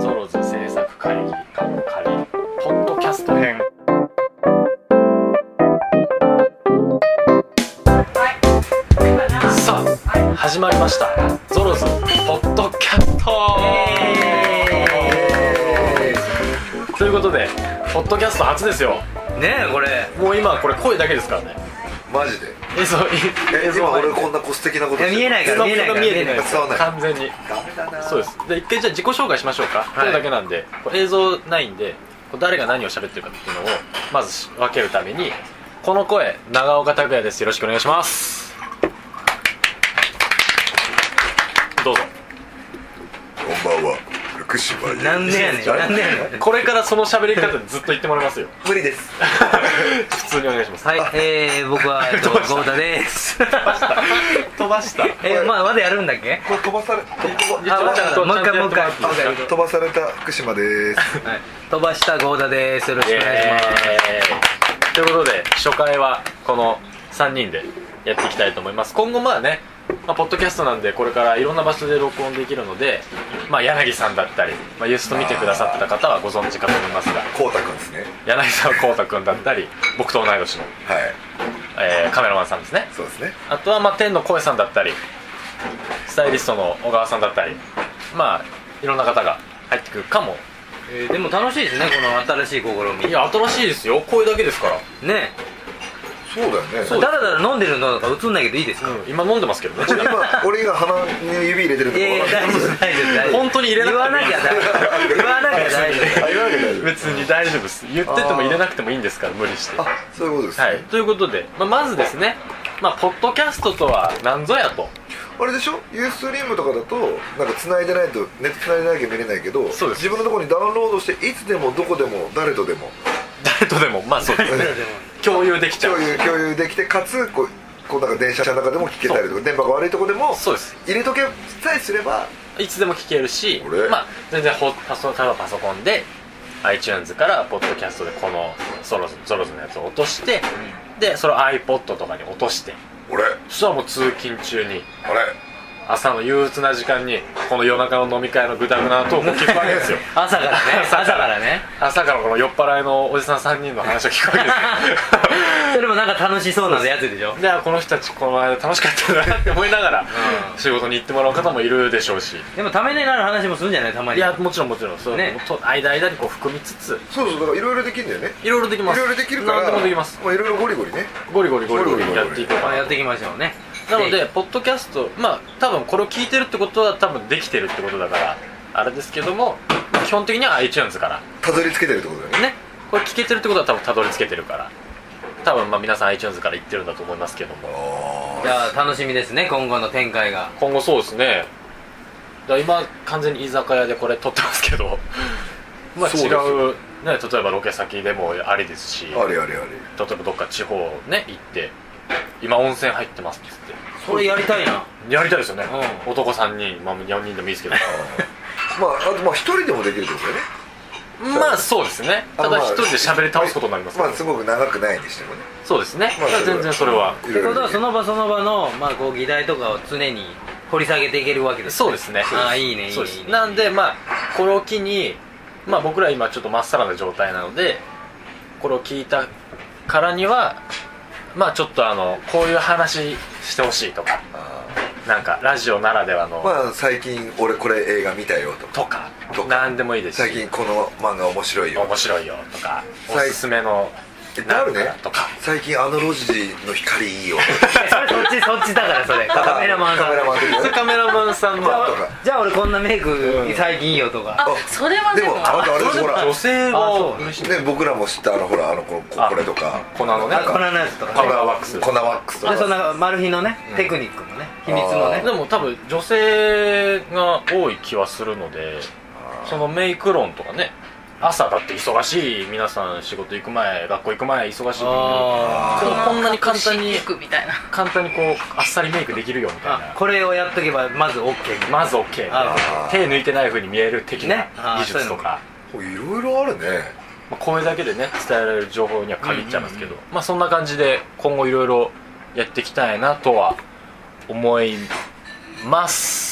ゾロズ制作会議かっこ仮ポッドキャスト編さあ始まりましたゾロズポッドキャストということでポッドキャスト初ですよねえこれもう今これ声だけですからねマジで映像え映像今入俺ってこんなコス的なこといや見えないから見えないから見えてない見えない伝わんない完全にダメだなそうですで一回じゃあ自己紹介しましょうか、いこれだけなんでこれ映像ないんでこれ誰が何を喋ってるかっていうのをまず分けるためにこの声長岡拓也ですよろしくお願いしますどうぞこんばんは福島ゆうなんで やねん誰なんでやねんこれからその喋り方でずっと言ってもらいますよ無理です 普通にお願いします はいえー、僕はえっとどうしたゴータ です飛ばしたえまあまだやるんだっけこれ飛ばされ飛あわかったもう一回もう一回ちゃんとやってもらっていいですかばされた福島ですはい飛ばしたゴータですよろしくお願いしますということで初回はこの3人でやっていきたいと思います今後まあね、まあ、ポッドキャストなんでこれからいろんな場所で録音できるので、まあ、柳さんだったり、まあ、ユースト見てくださってた方はご存知かと思いますがこうたくんですね柳沢浩太君だったり僕と同い年の、はいえーカメラマンさんですねそうですねあとはまあ天の声さんだったりスタイリストの小川さんだったりまあいろんな方が入ってくるかもえーでも楽しいですねこの新しい試みいや新しいですよ声だけですからねそうだよねえだらだら飲んでるのが映んないけどいいですかうん今飲んでますけどね俺今俺今鼻に指入れてるといこやいや大丈夫大丈夫大丈夫本当に入れなくてもいい言わなきゃ大丈夫言わなきゃ大丈あ言わなきゃ大丈夫別に大丈夫です言ってても入れなくてもいいんですから無理してあはそういうことですね、いということで、まあ、まずですねまあポッドキャストとは何ぞやとあれでしょユーストリームとかだとなんか繋いでないとネット繋いでないと見れないけどそうです自分のところにダウンロードしていつでもどこでも誰とでも 誰とでもまあそうですね夫でも 共有できちゃう共有共有できてかつこうこうなんか電車の中でも聞けたりとか電波が悪いとこでもそうです入れとけさえすればいつでも聞けるし俺まあ全然ほパソ例えばパソコンで iTunes からポッドキャストでこのゾロズゾロズのやつを落として、でそれを iPod とかに落として俺そしたらもう通勤中に俺朝の憂鬱な時間にこの夜中の飲み会のグダグダなトークを聞くわけですよ朝からね 朝から朝からね 朝からこの酔っ払いのおじさん3人の話を聞くわけです それもなんか楽しそうなやつでしょよであこの人たちこの間楽しかったなって思いながら仕事に行ってもらう方もいるでしょうしでもためになる話もするんじゃないたまいにやもちろんもちろんそう、ねと間間にこう含みつつそうそうだからいろいろできるんだよねいろいろできいますろいろできるから何でもできますまあいろいろゴリゴリねゴリゴリゴリゴゴリゴリリやっていこうかまあなやっていきましょうねなのぜでポッドキャストまあ多分これを聞いてるってことは多分できてるってことだからあれですけども基本的には iTunes からたどり着けてるってことだよねねこれ聞けてるってことは多分たどり着けてるから多分まあ皆さん iTunes から言ってるんだと思いますけどもひいや楽しみですね今後の展開が今後そうですねだから今完全に居酒屋でこれ撮ってますけ どまあそうです違うね例えばロケ先でもありですし例あえれあれあればどっか地方ね行って今温泉入ってますって言っそれやりたいなてやりたいですよね、う男3人、まあ、4人でもいいですけどまああとまあ一人でもできるってことだよ ねまあそうですねたあだまあ一人で喋り倒すことになりますかまら、あすごく長くないにしてもねそうですね、まあだから全然それはいっろていろことはその場その場の、まあ、こう議題とかを常に掘り下げていけるわけですそうですねああいいねいいねそうですいいねなんでまあこれを機にまあ僕ら今ちょっとまっさらな状態なのでこれを聞いたからにはまあちょっとあのこういう話してほしいとかあなんかラジオならではの、ーまあ最近俺これ映画見たよとかとかとか何でもいいです最し近この漫画面白いよ面白いよとかお最すすめのえなあんるかねと か最近あの路地の光い いよいやそれそっちそっちだからそれ カメラマンさんカメラマン的なねカメラマンさんのじゃあとかじゃあ俺こんなメイうんク最近いいよとか、あそれはででももあとあれですほら女性あはそうね、僕らも知ったあのほらあのこあこれとか粉のねあこのやつとかカねメラワックス粉ワックスとでそんかなマル秘のね、テクニックもね秘密のねでも多分女性が多い気はするのでそのメイク論とかね朝だって忙しい皆さん仕事行く前学校行く前忙しい時にあこうこんなに簡単にくみたいな簡単にこうあっさりメイクできるよみーたいあなこれをやっとけばまず OK みまず OK あ手抜いてない風に見える的なねあ技術とか、こういろいろあるねまあ、これだけでね伝えられる情報には限っちゃいますけど、まあそんな感じで今後いろいろやっていきたいなとは思います